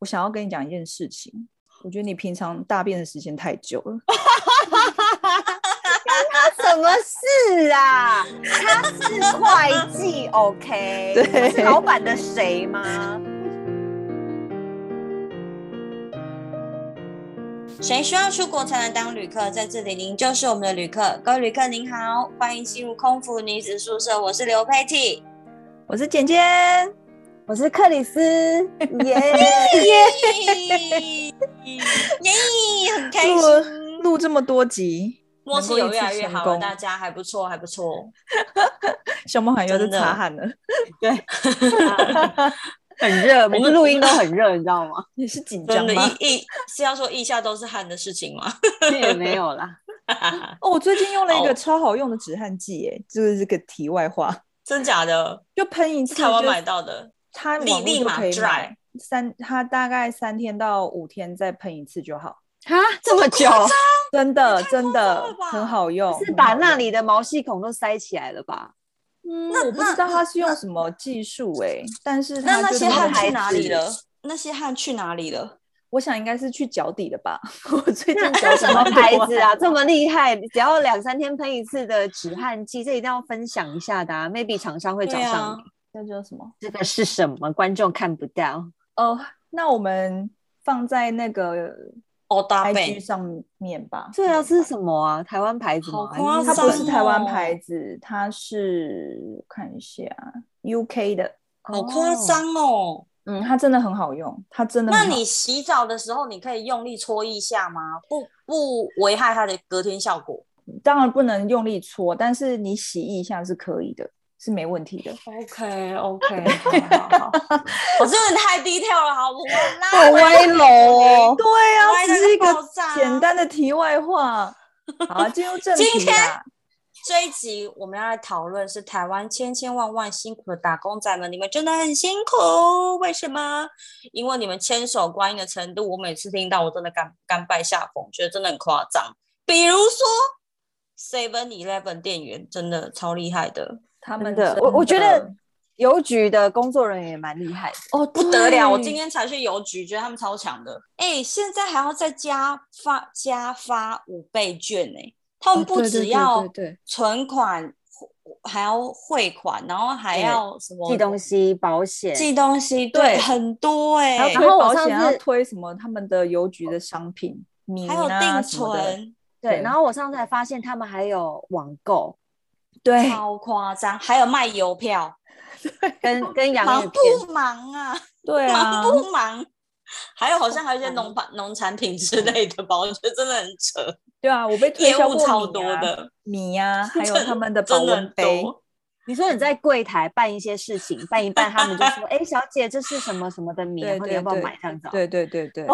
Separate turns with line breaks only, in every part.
我想要跟你讲一件事情，我觉得你平常大便的时间太久了。
什么事啊？他是会计 ，OK？
对
他是老板的谁吗？
谁说要出国才能当旅客？在这里，您就是我们的旅客。各位旅客您好，欢迎进入空服女子宿舍，我是刘佩蒂。
我是简简，
我是克里斯，耶、
耶，耶很开
录
心，
了录这么多集，
默契有越来越
能
好
够一
了，
次成功
大家还不错，还不错，
小猫好像又在
真的
擦汗了。
很热，
们
每次录音都很热，你知道吗？
你是紧
真
张
的，
吗？
一一是要说一下都是汗的事情吗？
也没有啦，
哦，我最近用了一个
哦
超好用的止汗剂，耶，这个是个题外话，
真假的？
就喷一次
是台湾
就
买到的，
它
立
网络
立
就
马
可以
dry
买三，它大概三天到五天再喷一次就好，
哈，这么久
真的真的
了吧
很好用，
是
很
把
好
那
用
里的毛细孔都塞起来了吧？
嗯，我不知道它是用什么技术哎、但是
那
它
那
就
些
是
汗
还
去哪里
是？
了？那些汗去哪里了？
我想应该是去脚底的吧。 我最近脚
那
底
什么
蛮
牌
多
子啊？这么厉害，只要两三天喷一次的止汗剂，这一定要分享一下的、啊、，maybe 厂商会找
对啊
上你。，
那叫什么？
这个是什么？观众看不到。
哦，那我们放在那个
哦，大
IG
贝，
上面吧。
这要是什么啊？台湾牌子
好
吗？
夸
它
还
不
是日
是
张
本
台湾
哦
牌子，它是我看一下 UK 的。
好夸！张哦。
嗯，它真的很好用，它真的很
那
好。
你洗澡的时候，你可以用力搓一下吗？不不危害它的隔天效果。
当然不能用力搓，但是你洗一下是可以的，是没问题的。
OK OK，好 好好，我真的太低调了，好不好？
好歪楼哦！
对啊，
歪
只
得
是一个
爆炸
简单的题外话。好，啊进入正题
今天
啦。
这一集我们要来讨论是台湾千千万万辛苦的打工仔们，你们真的很辛苦，为什么？因为你们千手观音的程度，我每次听到我真的甘甘拜下风，觉得真的很夸张。比如说 Seven Eleven 店员，真的超厉害的，
他
真
们
的，我我觉得邮局的工作人员也蛮厉害的。
哦
不得了！我今
天
天才去邮局，觉得他们超强的。哎、现在还要再加发加发五倍券哎、他
哦
们不只要
对对
存款，还要汇款，然后还
对
要什么
寄东西、保险，
寄东西，对，
对
很多哎、
还有
然
推
后我
保
上
险，还要
次
推什么他们的邮局的商品米
还有
啊
定
什么的，
存，
对。
对
然后我上次还发现他们还有网购，
对，
超夸张，还有卖邮票，
跟跟洋
忙
芋片，
不忙啊？
对啊
忙，不忙？还有好像还有一些农产农产品之类的吧，我觉得真的很扯，
对啊，我被推
业
销
务
过
超
米
多
啊
的，
米呀，还有他们的保
真的
温
很
杯，
多。
你说你在柜台办一些事情，办一办，他们就说：“哎、小姐，这是什么什么的米，
对
然后你
对
要不要
对
买这样子哦？”
对对对对。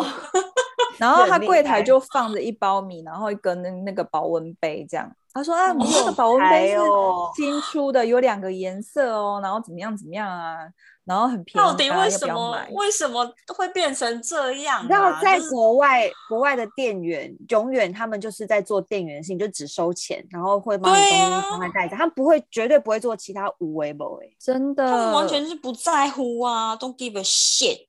然后他
很厉
柜台
害
就放着一包米，然后一个那那个保温杯这样。他说啊，我们这个保温杯
哎
是
呦，
新出的，有两个颜色哦，然后怎么样怎么样啊，然后很便宜，
到底
大家
为
要
什
不要
么
买
为什么会变成这样、啊？
你知道，在
就是
国外，国外的店员永远他们就是在做店员性，就只收钱，然后会帮你
对
东
啊
西帮他带着，他们不会，绝对不会做其他无为不为。
真的，
他们完全是不在乎啊，don't give a shit。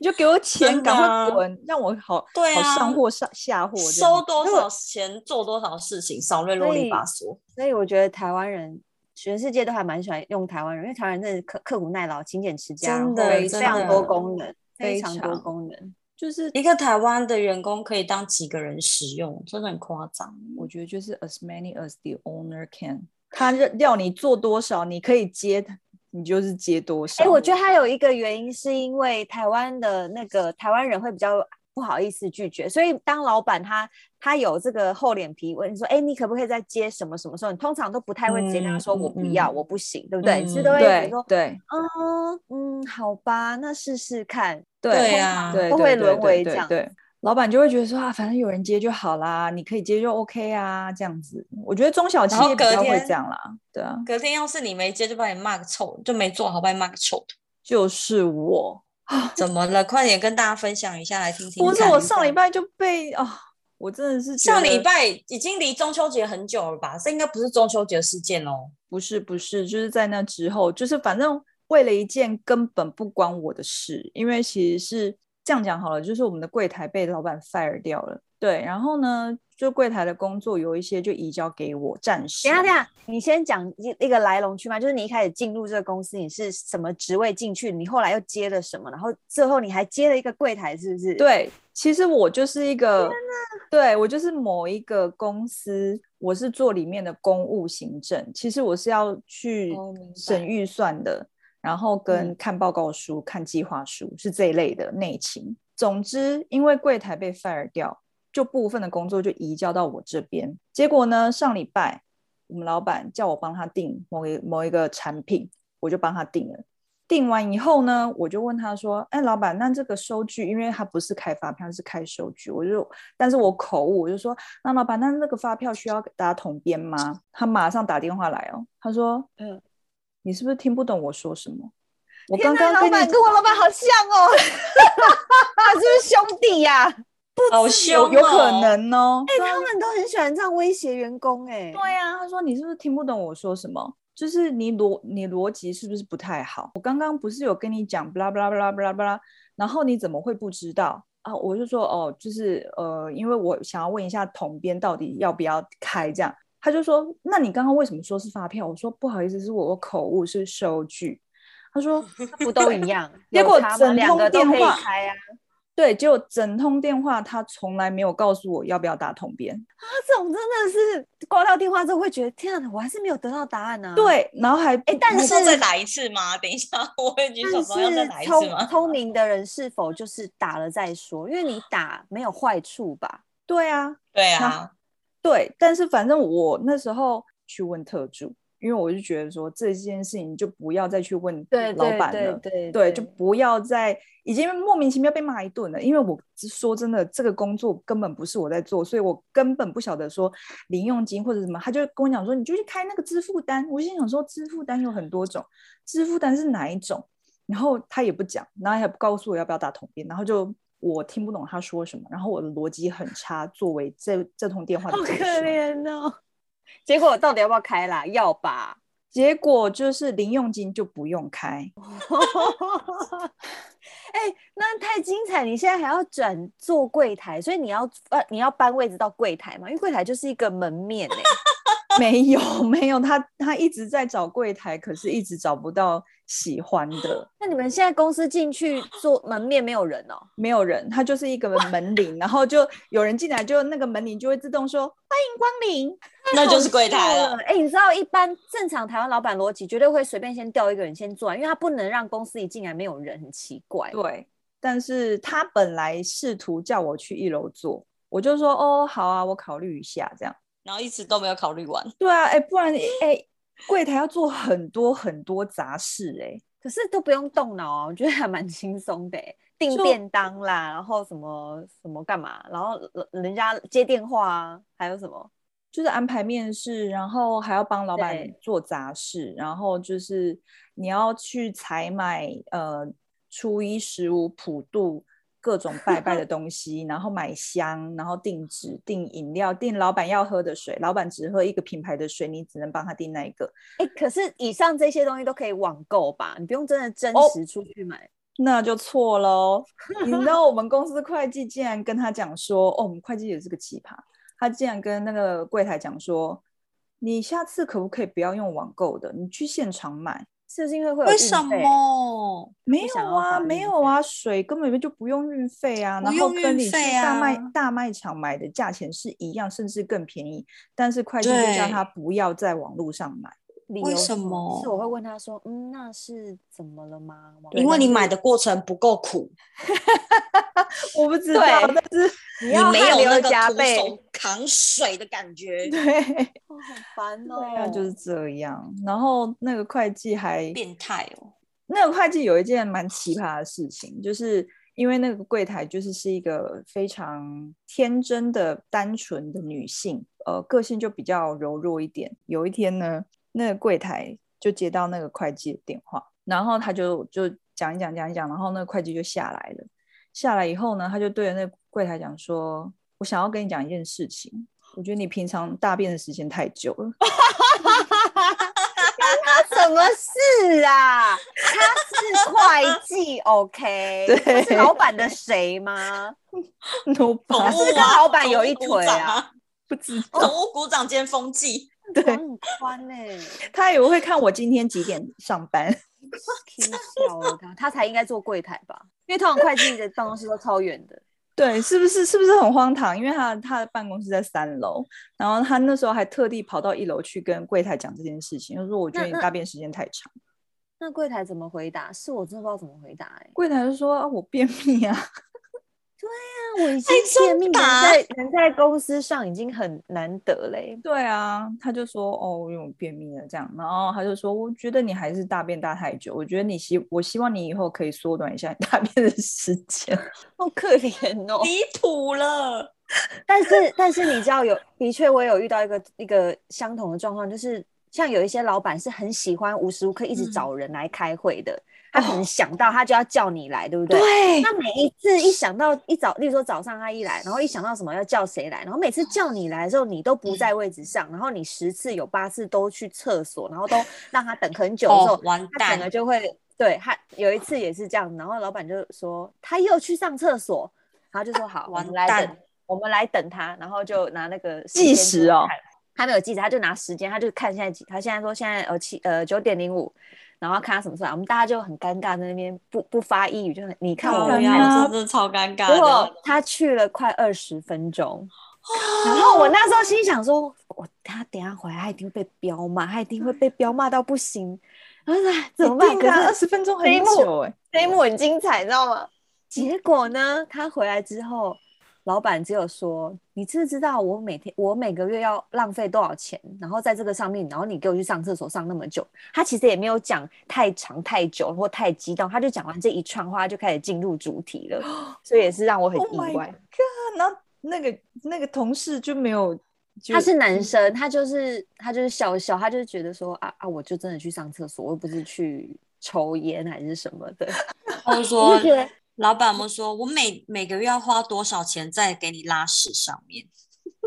你就给我钱，
真的
赶
啊
快滚，让我好
对
好
啊，
上货上下货这样
收多少钱做多少事情，少在啰里吧嗦。
所以我觉得台湾人，全世界都还蛮喜欢用台湾人，因为台湾人真的刻刻苦耐劳、勤俭持家，然后
真的
非
真
常
的
多功能，
非
非常多
常
功能。
就是
一个台湾的员工可以当几个人使用，真的很夸张。
我觉得就是 as many as the owner can，他要要你做多少，你可以接，你就是接多少。
哎、我觉得还有一个原因是因为台湾的那个台湾人会比较不好意思拒绝，所以当老板他他有这个厚脸皮问你说，哎、你可不可以再接什么什么时候？你通常都不太会直接跟他
嗯
说我不
嗯
要，
嗯
我不行，对不对？你是
嗯
都会比如
对
说，
对
嗯嗯，好吧，那试试看。
对
对
啊，
对，
都
对对
会沦
对
为
对
这样
对，老板就会觉得说啊，反正有人接就好啦，你可以接就 OK 啊，这样子。我觉得中小企
然后
业比
隔
较会
天
这样啦，对啊，
隔天要是你没接，就把你骂个臭，就没做好，把你骂个臭的。
就是我，
怎么了？快点跟大家分享一下，来听听
不
看。
是我上礼拜就被啊，我真的是觉
上礼
得
拜已经离中秋节很久了吧？这应该不是中秋节的事件哦。
不是不是，就是在那之后，就是反正为了一件根本不关我的事，因为其实是这样讲好了，就是我们的柜台被老板 fire 掉了，对，然后呢，就柜台的工作有一些就移交给我，暂时。
等一下，等一下，你先讲一一个来龙去脉，就是你一开始进入这个公司，你是什么职位进去？你后来又接了什么？然后最后你还接了一个柜台，是不是？，
对，其实我就是一个，对我就是某一个公司，我是做里面的公务行政，其实我是要去
哦明白
审预算的，然后跟
嗯
看报告书、看计划书是这一类的内勤。总之，因为柜台被 fire 掉，就部分的工作就移交到我这边。结果呢，上礼拜我们老板叫我帮他订某一某一个产品，我就帮他订了。订完以后呢，我就问他说：“哎，老板，那这个收据，因为他不是开发票，是开收据，我就，但是我口误，我就说，那老板，那那个发票需要给大家统编吗？”他马上打电话来哦，他说：“
嗯，
你是不是听不懂我说什么？我
天
刚
哪
刚
老
跟
板
你
跟我老板好像 哦，他是不是兄弟呀、
好凶
有
哦，
有可能哦。
哎、他们都很喜欢这样威胁员工、哎，
对呀、他说你是不是听不懂我说什么？就是你逻你逻辑是不是不太好？我刚刚不是有跟你讲巴拉巴拉巴拉巴拉巴拉，然后你怎么会不知道啊？我就说哦，就是呃，因为我想要问一下统编到底要不要开这样。他就说：“那你刚刚为什么说是发票？”我说：“不好意思，是我我口误，是收据。”他说：“
不都一 样？
结果
有差吗
整
两
通
个都可以
电话
开啊，
对，结果整通电话他从来没有告诉我要不要打统编。
他这种真的是挂掉电话之后会觉得，天啊，我还是没有得到答案呢、啊。。
对，然后还哎、
但
还
是
是要再打一次吗？等一下， 我已经想
但
说要再打一
是
次
聪
吗？
聪明的人是否就是打了再说？因为你打没有坏处吧？
对啊，
对
那
啊，
对，但是反正我那时候去问特助，因为我就觉得说这件事情就不要再去问老板了，
对
对就不要再已经莫名其妙被骂一顿了。因为我说真的，这个工作根本不是我在做，所以我根本不晓得说零用金或者什么。他就跟我讲说，你就去开那个支付单。我心想说，支付单有很多种，支付单是哪一种？然后他也不讲，然后也不告诉我要不要打统编，然后就。我听不懂他说什么，然后我的逻辑很差，作为这这通电话的
好
结束
可怜哦。结果到底要不要开啦？要吧。
结果就是零用金就不用开，
哎、那太精彩！你现在还要转做柜台，所以你要呃你要搬位置到柜台嘛，因为柜台就是一个门面哎、
没有没有，他他一直在找柜台，可是一直找不到喜欢的，
那你们现在公司进去做门面没有人哦、
没有人，他就是一个门铃，然后就有人进来，就那个门铃就会自动说欢迎光临，
那就是柜台
对
了。。
哎、你知道一般正常台湾老板逻辑绝对会随便先调一个人先做完，啊因为他不能让公司一进来没有人，很奇怪。
对，但是他本来试图叫我去一楼做，我就说哦好啊，我考虑一下这样。
然后一直都没有考虑完，
对啊，哎，不然哎，柜台要做很多很多杂事哎、
可是都不用动脑啊，我觉得还蛮轻松的、欸。订
就
便当啦，然后什么什么干嘛，然后呃人家接电话啊，还有什么？
就是安排面试，然后还要帮老板
对
做杂事，然后就是你要去采买呃初一十五普渡各种拜拜的东西，然后买香，然后订纸、订饮料、订老板要喝的水，老板只喝一个品牌的水，你只能帮他订那一个，
哎、可是以上这些东西都可以网购吧？你不用真的真
哦
实出去买。
那就错喽。你 知道我们公司会计竟然跟他讲说，哦，我们会计也是个奇葩，他竟然跟那个柜台讲说，你下次可不可以不要用网购的，你去现场买。
是不是因为会有
为
运
什
费？
么？
没
想
有
要
啊，
花
没
运
有啊，水根本就不用运费啊，
不
然后
用
跟
运
你去
费
大卖
啊
大卖场买的价钱是一样，甚至更便宜，但是会计就叫
对
他不要在网络上买。
理
为
由是
什么
是我会问他说，嗯，那是怎么了吗？
因为你买的过程不够苦，
我不知
对
道，但是
你
你
要
没
汗
有那
流
个
浃
徒
背，
手扛水的感 觉，
对，
哦好烦
对啊，
哦。
就是 这样。然后那个会计还
变态哦！
那个会计有一件蛮奇葩的事情，就是因为那个柜台就是是一个非常天真的、单纯的女性，呃，个性就比较柔弱一点。有一天呢，那个柜台就接到那个会计的电话，然后他就就讲一讲讲一讲，然后那个会计就下来了。下来以后呢，他就对着那个柜台讲说：“我想要跟你讲一件事情， 我觉得你平常大便的时间太久了。”
啊他什什么事啊？他是会计，OK？
对
他是老板的谁吗？
no
宠
他
吧
是不是
物
跟
啊，
老板有
宠
一
物股
腿
长
啊
啊，
不知道。
宠物股长兼风纪，
对
管很宽呢、欸，
他也会看我今天几点上班。
听笑了他，他才应该做柜台吧？因为通常会计的办公室都超远的。
对，是不是是不是很荒唐？因为他他的办公室在三楼，然后他那时候还特地跑到一楼去跟柜台讲这件事情，他说我觉得
那
你
那
大便时间太长。
那柜台怎么回答？是我真的不知道怎么回答哎、
柜台就说、啊、我便秘啊，
那我已经便秘，能
打
在能在公司上已经很难得嘞、
对啊，他就说哦，因为我便秘了这样，然后他就说我觉得你还是大便大太久，我觉得你希我希望你以后可以缩短一下你大便的时间。
好可怜哦。
离谱了。
但是但是你知道有，的确我有遇到一个一个相同的状况，就是像有一些老板是很喜欢无时无刻一直
嗯
找人来开会的，他可
哦
能想到他就要叫你来，对不对？
对
他每一次一想到一早，例如说早上他一来，然后一想到什么要叫谁来，然后每次叫你来的时候，你都不在位置上，然后你十次有八次都去厕所，然后都让他等很久的时候，
哦，完
他
蛋
整个！就会对他有一次也是这样，然后老板就说他又去上厕所，然后就说好，我
完
们来等
蛋，
我们来等他，然后就拿那个时
计
间
时
给我
哦
看，他没有计时，他就拿时间，他就看现在几，他现在说现在呃七呃九点零五。然后看他什么时候来，我们大家就很尴尬，在那边不不发一语，就很你看我，
靠
我看
天
呀
你
哪
我真的超尴尬
结果
的。
他去了快二十分钟，然后我那时候心想说，我他等一下回来，他一定会被彪骂，他一定会被彪骂到不行。然后哎怎么办？
一
可
定啊，二
是
十分钟很
这一幕
久哎、
这一幕很精彩，你知道吗？结果呢，他回来之后，老板只有说，你知不知道我每天我每个月要浪费多少钱？然后在这个上面，然后你给我去上厕所上那么久，他其实也没有讲太长太久或太激动，他就讲完这一串话他就开始进入主题了， 所以也是让我很
Oh
意
my
外。
那那个那个同事就没有，就
他是男生，他就是他就是笑笑，他就是觉得说啊啊，我就真的去上厕所，我又不是去抽烟还是什么的。
他就说
我就觉得，
老板们说，我每每个月要花多少钱在给你拉屎上面？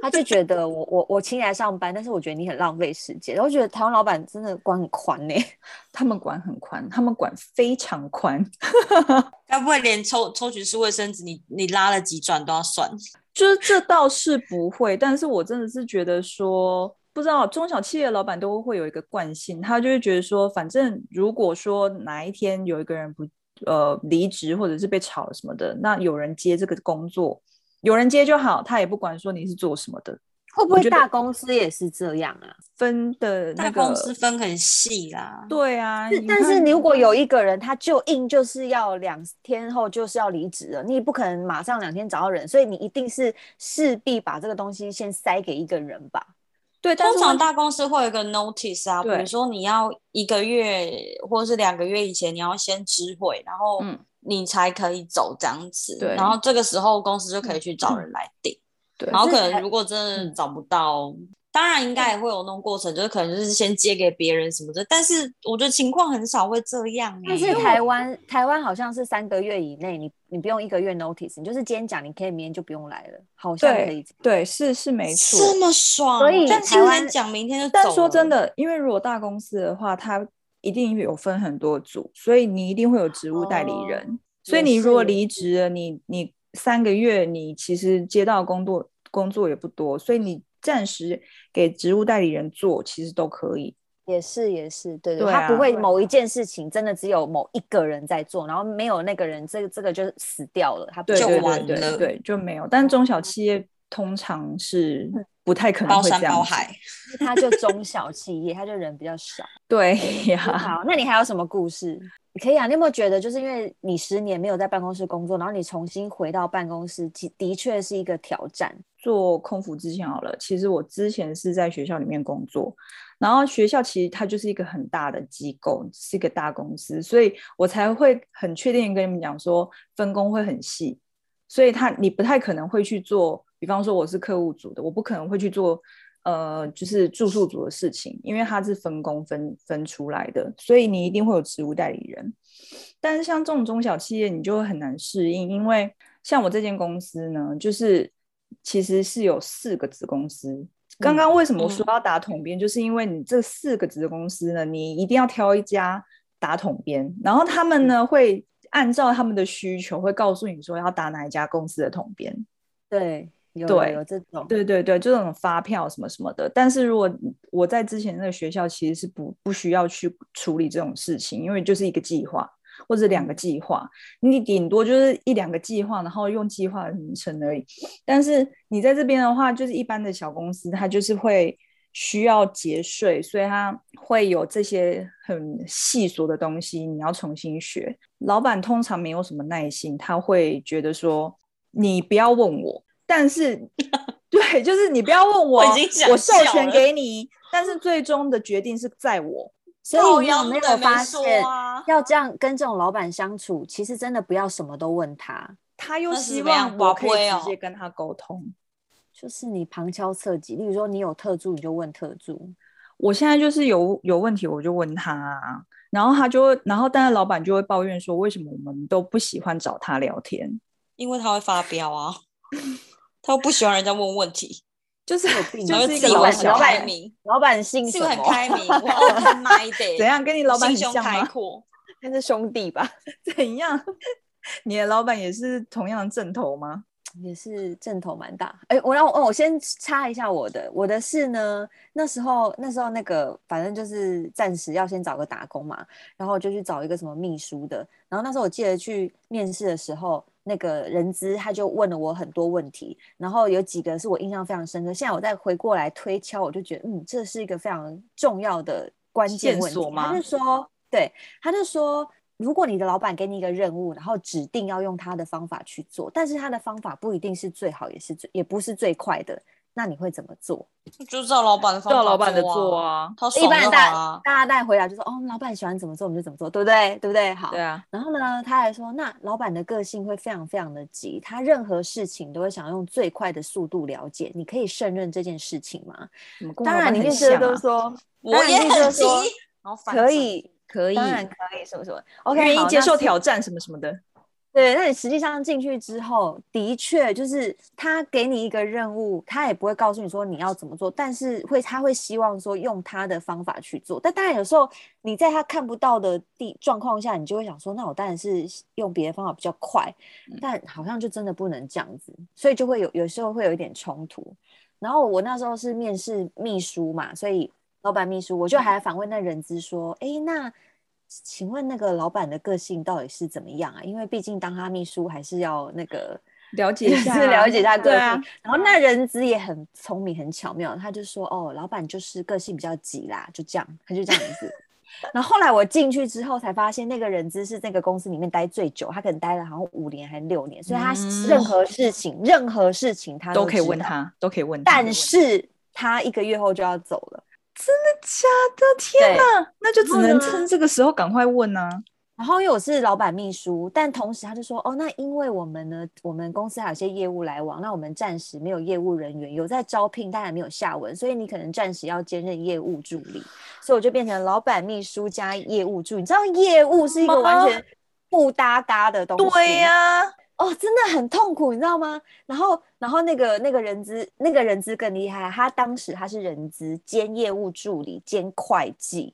他就觉得我我我请你来上班，但是我觉得你很浪费时间。然后觉得台湾老板真的管很宽呢、
他们管很宽，他们管非常宽，
该不会连抽抽取式卫生纸你你拉了几转都要算？
就是这倒是不会，但是我真的是觉得说，不知道中小企业的老板都会有一个惯性，他就会觉得说，反正如果说哪一天有一个人不呃离职或者是被炒了什么的，那有人接这个工作，有人接就好，他也不管说你是做什么的，
会不
我
会
觉得
大公司也是这样啊？
分的那
大
个
公司分很细啦。
对啊，
是
你
但是
看
如果有一个人，他就硬就是要两天后就是要离职了，你不可能马上两天找到人，所以你一定是势必把这个东西先塞给一个人吧。
对，但
通
是
常
问
大公司会有一个 notice 啊，比
对
如说你要一个月或是两个月以前，你要先知会，然后
嗯
你才可以走这样子。
对
然后这个时候公司就可以去找人来定。
对
然后可
这才
能如果真的
嗯
找不到，当然应该也会有那种过程，就是可能就是先借给别人什么的。但是我觉得情况很少会这样、欸。
但是台湾台湾好像是三个月以内，你你不用一个月 notice，你就是今天讲，你可以明天就不用来了，好像可以
对。对是是没错，
这么爽，
所以
但
台
今天
湾
讲明天就走
但说真
了，
的，因为如果大公司的话，它一定有分很多组，所以你一定会有职务代理
哦
人。所以
也
你如果
是
离职了，你你三个月，你其实接到的工作工作也不多，所以你暂时给职务代理人做，其实都可以。
也是也是，对对，
对
他不
啊
会某一件事情真的只有某一个人在做，然后没有那个人，这个这个就死掉了，他不
对
就
对
完
对
了
对对，就没有。但中小企业通常是不太可能
嗯包
会
山
这样
包
子
海。
他就中小企业，他就人比较 少。
对呀，
好，那你还有什么故事？可以啊，你有没有觉得，就是因为你十年没有在办公室工作，然后你重新回到办公室，其的确是一个挑战。
做空服之前好了，其实我之前是在学校里面工作，然后学校其实它就是一个很大的机构，是一个大公司，所以我才会很确定地跟你们讲说分工会很细，所以他你不太可能会去做，比方说我是客户组的，我不可能会去做呃就是住宿组的事情，因为它是分工分分出来的，所以你一定会有职务代理人。但是像这种中小企业，你就会很难适应，因为像我这间公司呢，就是其实是有四个子公司，刚刚为什么说
嗯
要打统编，就是因为你这四个子公司呢，你一定要挑一家打统编，然后他
嗯
们呢会按照他们的需求会告诉你说要打哪一家公司的统编。
对，有
对
有有这种，
对对对，就这种发票什么什么的。但是如果我在之前那个学校，其实是不不需要去处理这种事情，因为就是一个计划或者
嗯
两个计划，你顶多就是一两个计划，然后用计划的名称而已。但是你在这边的话，就是一般的小公司，它就是会需要节税，所以它会有这些很细琐的东西，你要重新学。老板通常没有什么耐心，他会觉得说你不要问我，但 是对，就是你不要问我，
我已经想
我授
笑
权
了
给你，但是最终的决定是在我。
所以你有
要
没有发现，
啊、
要这样跟这种老板相处，其实真的不要什么都问他，
他又
那是
希
怎么样
望我
宝
可
贝
以
哦
直接跟他沟通。
就是你旁敲侧击，例如说你有特助，你就问特助，
我现在就是有有问题，我就问他啊，然后他就会，然后但是老板就会抱怨说，为什么我们都不喜欢找他聊天？
因为他会发飙啊，他不喜欢人家问 问题，
就是
有病啊
就
然后
是一
自
个
以
老
为很
小
老板
孩
开，明，
老板姓
自
什
以为很
么？
开明，我 open minded，
怎样？跟你老板很
心胸
像
开
吗？
阔，
他是兄弟吧？
怎样？ 你的老板也是同样的正头吗？
也是阵头蛮大。哎、我让我、哦、我先插一下我的，我的是呢，那时候那时候那个反正就是暂时要先找个打工嘛，然后就去找一个什么秘书的。然后那时候我记得去面试的时候，那个人资他就问了我很多问题，然后有几个是我印象非常深刻。现在我再回过来推敲，我就觉得嗯，这是一个非常重要的关键
线
问
索
题。
吗
他就说，对，他就说，如果你的老板给你一个任务，然后指定要用他的方法去做，但是他的方法不一定是最好，也是最也不是最快的，那你会怎么做？
就照老板的方法
照老板的
做
做
啊，
啊，
他
一
爽
般
就
人
好
大
啊。
大家带回来就说，哦，我们老板喜欢怎么做我们就怎么做，对不对？对不对？好，
对啊，
然后呢，他还说，那老板的个性会非常非常的急，他任何事情都会想用最快的速度了解。你可以胜任这件事情吗？
怎么跟我
当
老
然，
板
你
很
面试的
像
都
啊
说
我也
当然
很
就是
急
说，
然后反
可
正
以，
可以，
当然可以，什么什么，OK，
愿意
好
接
那
受
是
挑战什么什么的。
对，那你实际上进去之后，的确就是他给你一个任务，他也不会告诉你说你要怎么做，但是会他会希望说用他的方法去做。但当然有时候你在他看不到的地状况下，你就会想说，那我当然是用别的方法比较快，但好像就真的不能这样子，所以就会有有时候会有一点冲突。然后我那时候是面试秘书嘛，所以老板秘书，我就还访问那人资说，诶，那请问那个老板的个性到底是怎么样啊？因为毕竟当他秘书还是要那个
了 解一下
是
啊
了解一下个
对
性。
啊
然后那人资也很聪明，很巧妙，他就说：“哦，老板就是个性比较急啦，就这样，他就这样子。”然后后来我进去之后才发现，那个人资是那个公司里面待最久，他可能待了好像五年还是六年，所以他
嗯
任何事情、任何事情他
都可以
知
问
道，
他，都可以问他。
但是他一个月后就要走了。
假的，天
对
哪，那就只
然后
能
呢
趁这个时候赶快问啊。
然后因为我是老板秘书，但同时他就说，哦，那因为我们呢，我们公司还有一些业务来往，那我们暂时没有业务人员，有在招聘，但还没有下文，所以你可能暂时要兼任业务助理，所以我就变成老板秘书加业务助理。你知道业务是一个完全不搭嘎的东西，
对、呀、
哦，真的很痛苦，你知道吗？然后，然后那个那个人资，那个人资更厉害，他当时他是人资兼业务助理兼会计，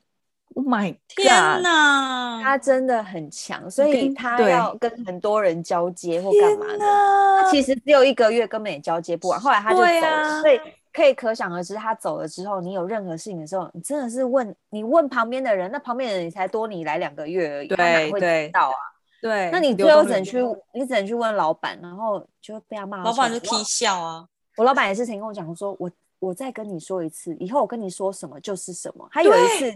o h，Oh my god！
天哪，
他真的很强，所以
跟
他
对
要跟很多人交接或干
天
嘛的。他
哪！
其实只有一个月，根本也交接不完。后来他就走
对
了，
啊
所以可以可想而知，他走了之后，你有任何事情的时候，你真的是问你问旁边的人，那旁边的人也才多你来两个月而已，他哪
对
会
对
知道啊？
对，
那你
流
最后
动
只
率
能去，你只能去问老板，然后就会被他骂。
老板就
踢。
踢笑啊，
我老板也是曾经跟我讲说，我我再跟你说一次，以后我跟你说什么就是什么。他有一次，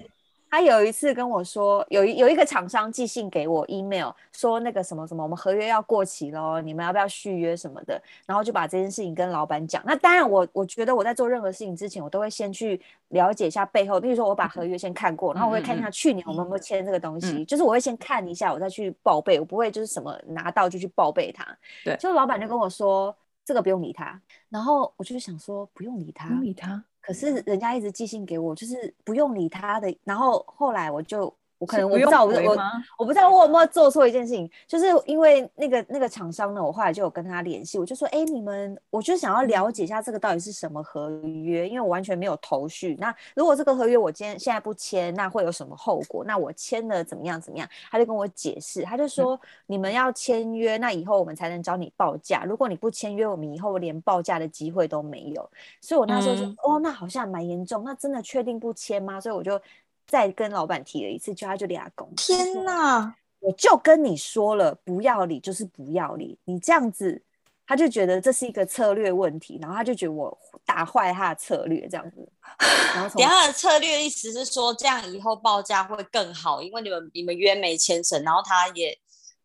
他有一次跟我说，有一有一个厂商寄信给我 email 说那个什么什么，我们合约要过期喽，你们要不要续约什么的？然后就把这件事情跟老板讲。那当然我，我觉得我在做任何事情之前，我都会先去了解一下背后，比如说我把合约先看过，然后我会看一下去年我们有没有签这个东西，就是我会先看一下，我再去报备，我不会就是什么拿到就去报备它。
对
就老板就跟我说。这个不用理他，然后我就想说不用理他，
不用理他。
可是人家一直寄信给我，就是不用理他的。然后后来我就我可
是
能
不
我不知
用
道我
回
我
吗
我不知道我有没有做错一件事情，就是因为那个那个厂商呢，我后来就有跟他联系，我就说，哎、你们，我就想要了解一下这个到底是什么合约，因为我完全没有头绪。那如果这个合约我今天现在不签，那会有什么后果？那我签了怎么样怎么样？他就跟我解释，他就
嗯
说、你们要签约，那以后我们才能找你报价。如果你不签约，我们以后连报价的机会都没有。所以我那时候就、
嗯
哦，那好像蛮严重，那真的确定不签吗？所以我就再跟老板提了一次，就他就俩公。
天哪！
我就跟你说了，不要理就是不要理，你这样子，他就觉得这是一个策略问题，然后他就觉得我打坏他的策略这样子，然后从
等一下的策略意思是说，这样以后报价会更好，因为你们你们约没签成，然后他也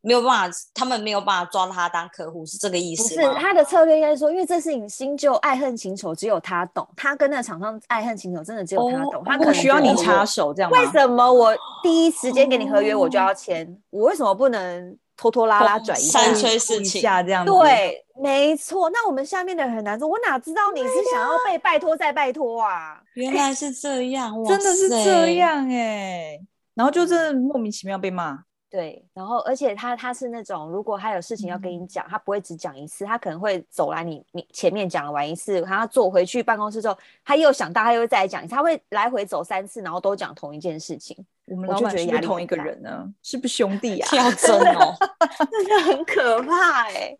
没有办法，他们没有办法抓他当客户，是这个意
不
思
是
吗？
他的策略应该是说，因为这事情新旧爱恨情仇只有他懂，他跟那个厂商爱恨情仇真的只有他懂，他可
不
能
需要你
觉得
插
我
手这样吗？
为什么我第一时间给你合约我就要签，我为什么不能拖拖拉拉转移一下
三催四
一
请
下这样子？
对，没错。那我们下面的人很难说，我哪知道你是想要被拜托再拜托啊？
原来是这样，哇
真的是这
塞。
样哎、然后就真的莫名其妙被骂，
对，然后而且他他是那种，如果他有事情要跟你讲，他不会只讲一次，他可能会走来你你前面讲完一次，然后他坐回去办公室之后，他又想到，他又会再来讲一次，他会来回走三次，然后都讲同一件事 情，
我们
我
老
就
板
觉
是
得
不
压
是
力
同
很
一个
大
人呢？是不是兄弟啊？
跳针哦，
真的很可怕哎、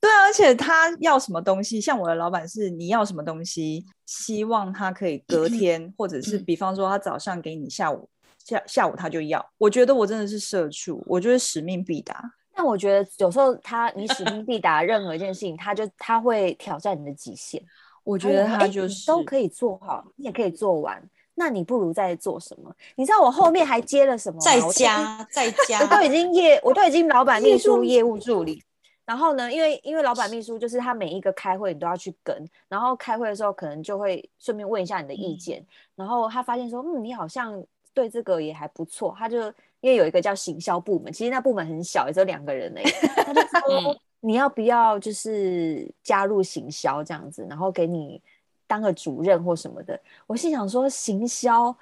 对啊，而且他要什么东西，像我的老板是你要什么东西，希望他可以隔天，或者是比方说他早上给你，下午下下午他就要。我觉得我真的是社畜，我就是使命必达。
但我觉得有时候他你使命必达任何一件事情，他就他会挑战你的极限。
我
他
觉得
会说
他
诶
就
你
是
都可以做好，你也可以做完，那你不如再做什么？你知道我后面还接了什么吗？
再
我都已经
加再加
我，都已经业，我都已经老板
业
秘
助
书、业务助理。然后呢，因为因为老板秘书就是他每一个开会你都要去跟，然后开会的时候可能就会顺便问一下你的
嗯
意见，然后他发现说，嗯，你好像对这个也还不错，他就因为有一个叫行销部门，其实那部门很小，也只有两个人而已， 他就
嗯
说你要不要就是加入行销这样子，然后给你当个主任或什么的。我心想说行销，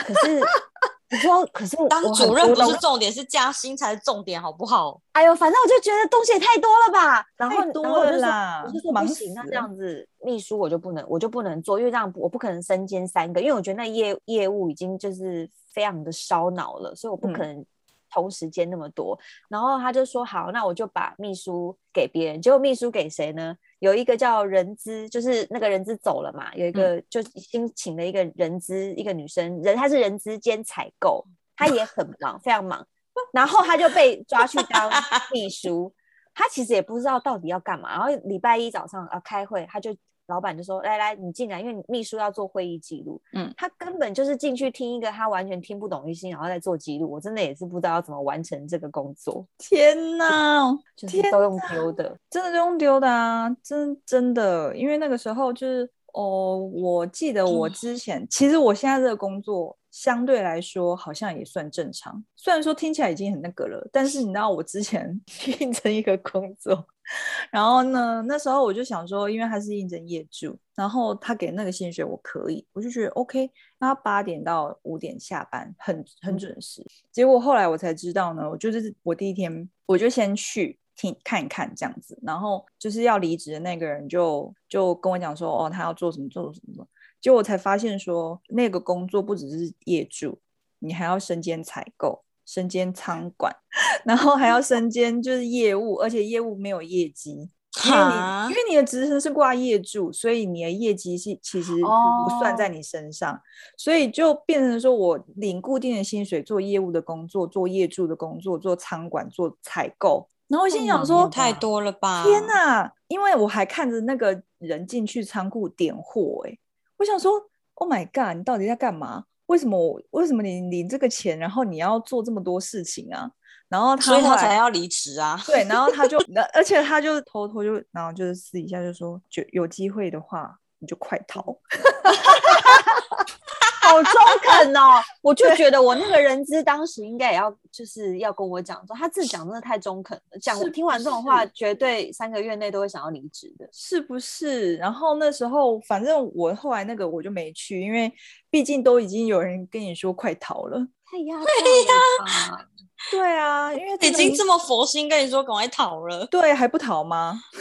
可是 你说可是我
当
很
主任
多
不
东
是重点，是加薪才是重点，好不好？
哎呦，反正我就觉得东西也太多了吧，然后
太多
然后我就
了
说
啦
我就说
忙
不行，那啊
死
这
了
样子秘书我就不能，我就不能做，因为这样我不可能身兼三个，因为我觉得那业业务已经就是非常的烧脑了，所以我不可能同时间那么多。然后他就说好，那我就把秘书给别人，结果秘书给谁呢？有一个叫人资，就是那个人资走了嘛，有一个就新请了一个人资，一个女生，人她是人资兼采购，她也很忙，非常忙。然后他就被抓去当秘书，他其实也不知道到底要干嘛。然后礼拜一早上啊开会，他就老板就说：“来来，你进来，因为你秘书要做会议记录。”
嗯
嗯，他根本就是进去听一个他完全听不懂的东西，然后再做记录。我真的也是不知道要怎么完成这个工作，
天哪，
就是
天
都用丢的。
真的就用丢的啊，真真的，因为那个时候就是哦，我记得我之前，其实我现在这个工作相对来说好像也算正常，虽然说听起来已经很那个了，但是你知道我之前 去应征一个工作，然后呢，那时候我就想说，因为他是应征业主，然后他给那个薪水我可以，我就觉得 OK，那他八点到五点下班，很很准时。结果后来我才知道呢，我就是我第一天我就先去听看一看这样子，然后就是要离职的那个人就就跟我讲说，哦，他要做什么做什么，结果我才发现说，那个工作不只是业主，你还要身兼采购。身兼仓管， 然后还要身兼就是业务，而且业务没有业绩，因为你
哈
因为你的职称是挂业主，所以你的业绩是其实不算
哦
在你身上，所以就变成说我领固定的薪水做业务的工作，做业主的工作，做仓管，做采购。然后我心
太
想
忙
说
了，
嗯太多了吧？
天哪！因为我还看着那个人进去仓库点货、欸，我想说，Oh my god，你到底在干嘛？为什么我为什么你领这个钱，然后你要做这么多事情啊？然后他
所以
后
他
来
才要离职啊！
对，然后他 就，那而且他就偷偷就，然后就是私底下就说，就有机会的话，你就快逃。
嗯
好中肯哦！我就觉得我那个人资当时应该也要，就是要跟我讲说，他这讲真的太中肯了，讲
是
听完这种
是
话，绝对三个月内都会想要离职的。
是不是？然后那时候，反正我后来那个我就没去，因为毕竟都已经有人跟你说快逃了，
太压榨了吧？
对啊，因为
已
真的
经这么佛心跟你说赶快逃了，
对还不逃吗？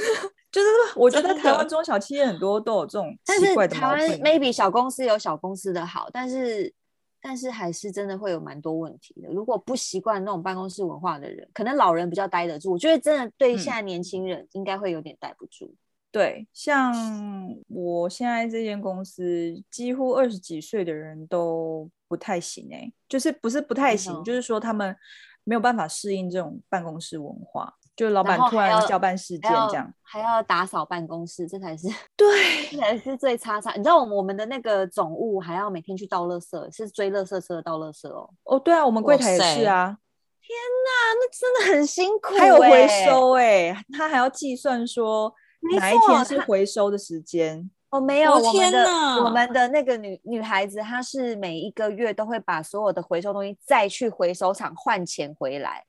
就是我觉得
真的
台湾中小企业很多都有这种
但
奇
是
怪的啊
台
毛
湾
病。
maybe 小公司有小公司的好，但是但是还是真的会有蛮多问题的。如果不习惯那种办公室文化的人，可能老人比较待得住。我觉得真的对
嗯
现在年轻人应该会有点待不住。
对，像我现在这间公司，几乎二十几岁的人都不太行哎、就是不是不太
真的
行，
哦
就是说他们没有办法适应这种办公室文化，就老
然
板
后
突
还
然
要
交办事件
还要
这样。
还要打扫办公室，这才是
对，
这才是最差差。你知道我们我们的那个总务还要每天去倒垃圾，是追垃圾车倒垃圾哦。
哦对啊，我们柜
哇
台也是
塞
啊，
啊，那真的很辛苦、
还有回，收哎、他还要计算说
欸没
哪一
错
天是
他
回收的时间。
哦，没有，
我
我们
天
的
哪
我们的那个女女孩子，她是每一个月都会把所有的回收东西再去回收厂换钱回来。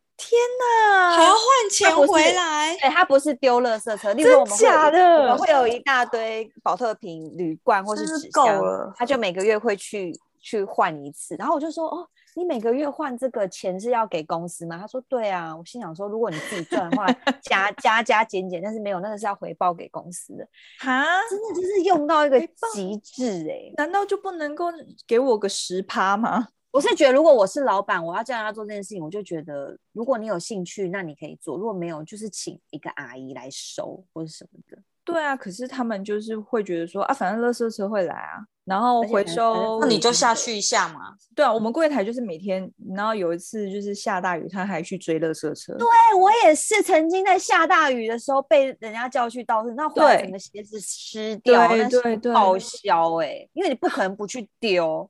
啊
还要换钱
他不是
回来，
对，她不是丢垃圾车，例如
真
说我们会有
假
一
的
我们会有一大堆保特瓶、铝罐或是
真是
纸
够
箱
了，
她就每个月会去去换一次。然后我就说，哦，你每个月换这个钱是要给公司吗？她说，对啊。我心想说，如果你自己赚的话，加加加减减，但是没有，那个是要回报给公司的。
哈，
真的就是用到一个
回报
极致哎、欸。
难道就不能够给我个十趴吗？
我是觉得，如果我是老板，我要叫他做这件事情，我就觉得，如果你有兴趣，那你可以做；如果没有，就是请一个阿姨来收或者什么的。
对啊，可是他们就是会觉得说啊，反正垃圾车会来啊，然后
而且
回
反正反正
收。
那你就下去一下嘛。
对啊，我们柜台就是每天，然后有一次就是下大雨，他还去追垃圾车。对，
哎、我也是曾经在下大雨的时候被人家叫去倒垃圾，那后来
对
整个鞋子湿掉，
对
那是
对对
报销哎、因为你不可能不去 丢。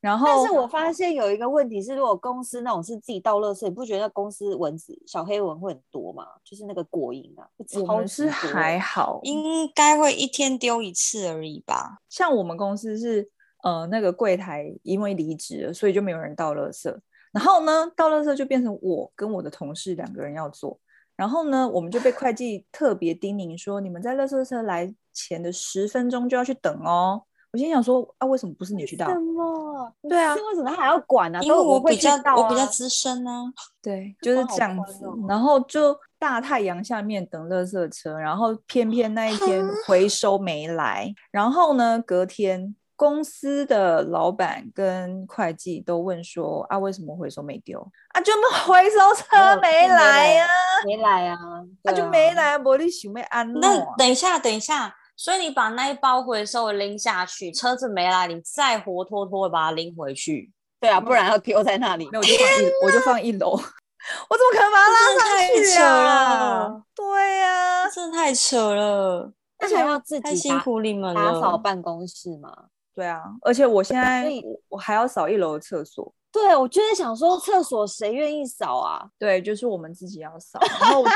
然
但
后
是我发现有一个问题是，如果公司那种是自己倒垃圾，你不觉得公司蚊子小黑蚊会很多吗？就是那个果蝇啊，
我
超
们
级
是
多
还好，
应该会一天丢一次而已吧？
像我们公司是呃那个柜台因为离职了，所以就没有人倒垃圾。然后呢，倒垃圾就变成我跟我的同事两个人要做。然后呢，我们就被会计特别叮咛说，你们在垃圾车来前的十分钟就要去等哦。我心想说，啊，为什么不是你去倒
为？什么？
对啊
是为什么还要管呢、啊？
因为
都
我
会
比
去
较
倒
我比较
啊
资深呢，
对，就是
哇好
这样
宽
子。
哦
然后就大太阳下面等垃圾车，然后偏偏那一天回收没来。然后呢，隔天公司的老板跟会计都问说啊，为什么回收没丢？啊，就那 回收车
没有
没
就没
来呀、
没来啊，
啊，
对
就
啊
没。来啊，玻璃想要安诺
那等一下，等一下，所以你把那一包回收拎下去，车子没来，你再活脱脱地把它拎回去，
对啊，不然要丢在那里
没。有，我就放一，我就放一楼。我怎么可能把它拉上
这真的太
去
扯
啊
了？
对呀、啊，
真的太扯了，
而且
还
要自
太
己
辛
打
苦你们
打扫
了。
办公室嘛。
对啊，而且我现在
所以
我我还要扫一楼的厕所。
对，我就是想说，厕所谁愿意扫啊？
对，就是我们自己要
哦
扫。然 后我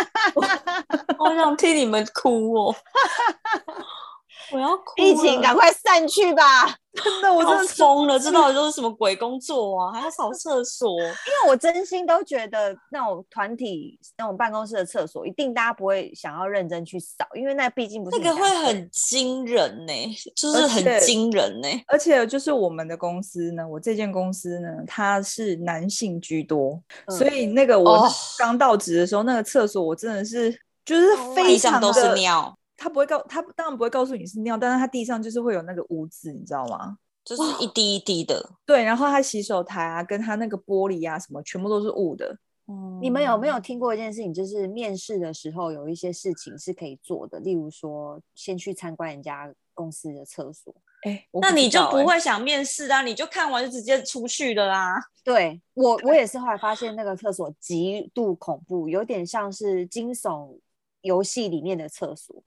我想听你们哭 哦，我要哭 了。
疫情赶快散去 吧！
真的，我
我
真
真
的
的
疯。
疯了，这到底都是什么鬼工作啊？还要扫厕 所？
因为我真心都觉得那种团体、那种办公室的厕所，一定大家不会想要认真去扫，因为那毕竟不是
那
你
个
家
会
的
很惊人呢、就是
而
很
且
惊人呢、
而且就是我们的公司呢，我这间公司呢，它是男性居多，
嗯
所以那个我
哦
刚到职的时候，那个厕所我真的是就是
哦
非
地
常
上
的
都是。尿，
他不会告他当然不会告诉你是尿，但是他地上就是会有那个污渍，你知道吗？
就是一滴一滴的。
对，然后他洗手台啊，跟他那个玻璃啊什么，全部都是雾的。
嗯
你们有没有听过一件事情，就是面试的时候有一些事情是可以做的，例如说先去参观人家公司的厕所。
哎，我
那
知
你就
道
不
哎
会想面试啊？你就看完就直接出去了啊？
对我，我也是后来发现那个厕所极度恐怖，有点像是惊悚游戏里面的厕所。